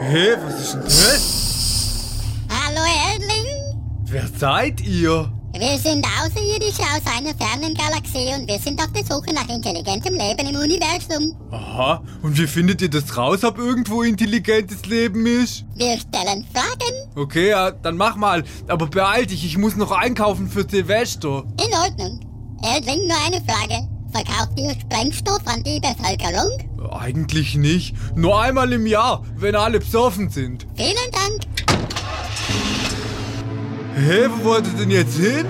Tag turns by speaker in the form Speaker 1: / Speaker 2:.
Speaker 1: Hä, was ist denn das?
Speaker 2: Hallo Erdling,
Speaker 1: Wer seid ihr?
Speaker 2: wir sind Außerirdische aus einer fernen Galaxie und wir sind auf der Suche nach intelligentem Leben im Universum.
Speaker 1: Aha, und wie findet ihr das raus, ob irgendwo intelligentes Leben ist?
Speaker 2: Wir stellen Fragen.
Speaker 1: Okay, ja, dann mach mal. Aber beeil dich, ich muss noch einkaufen für Silvester.
Speaker 2: In Ordnung. Erdling, nur eine Frage. Verkauft ihr Sprengstoff an die Bevölkerung?
Speaker 1: Eigentlich nicht. Nur einmal im Jahr, wenn alle besoffen sind.
Speaker 2: Vielen Dank.
Speaker 1: Hä, wo wollt ihr denn jetzt hin?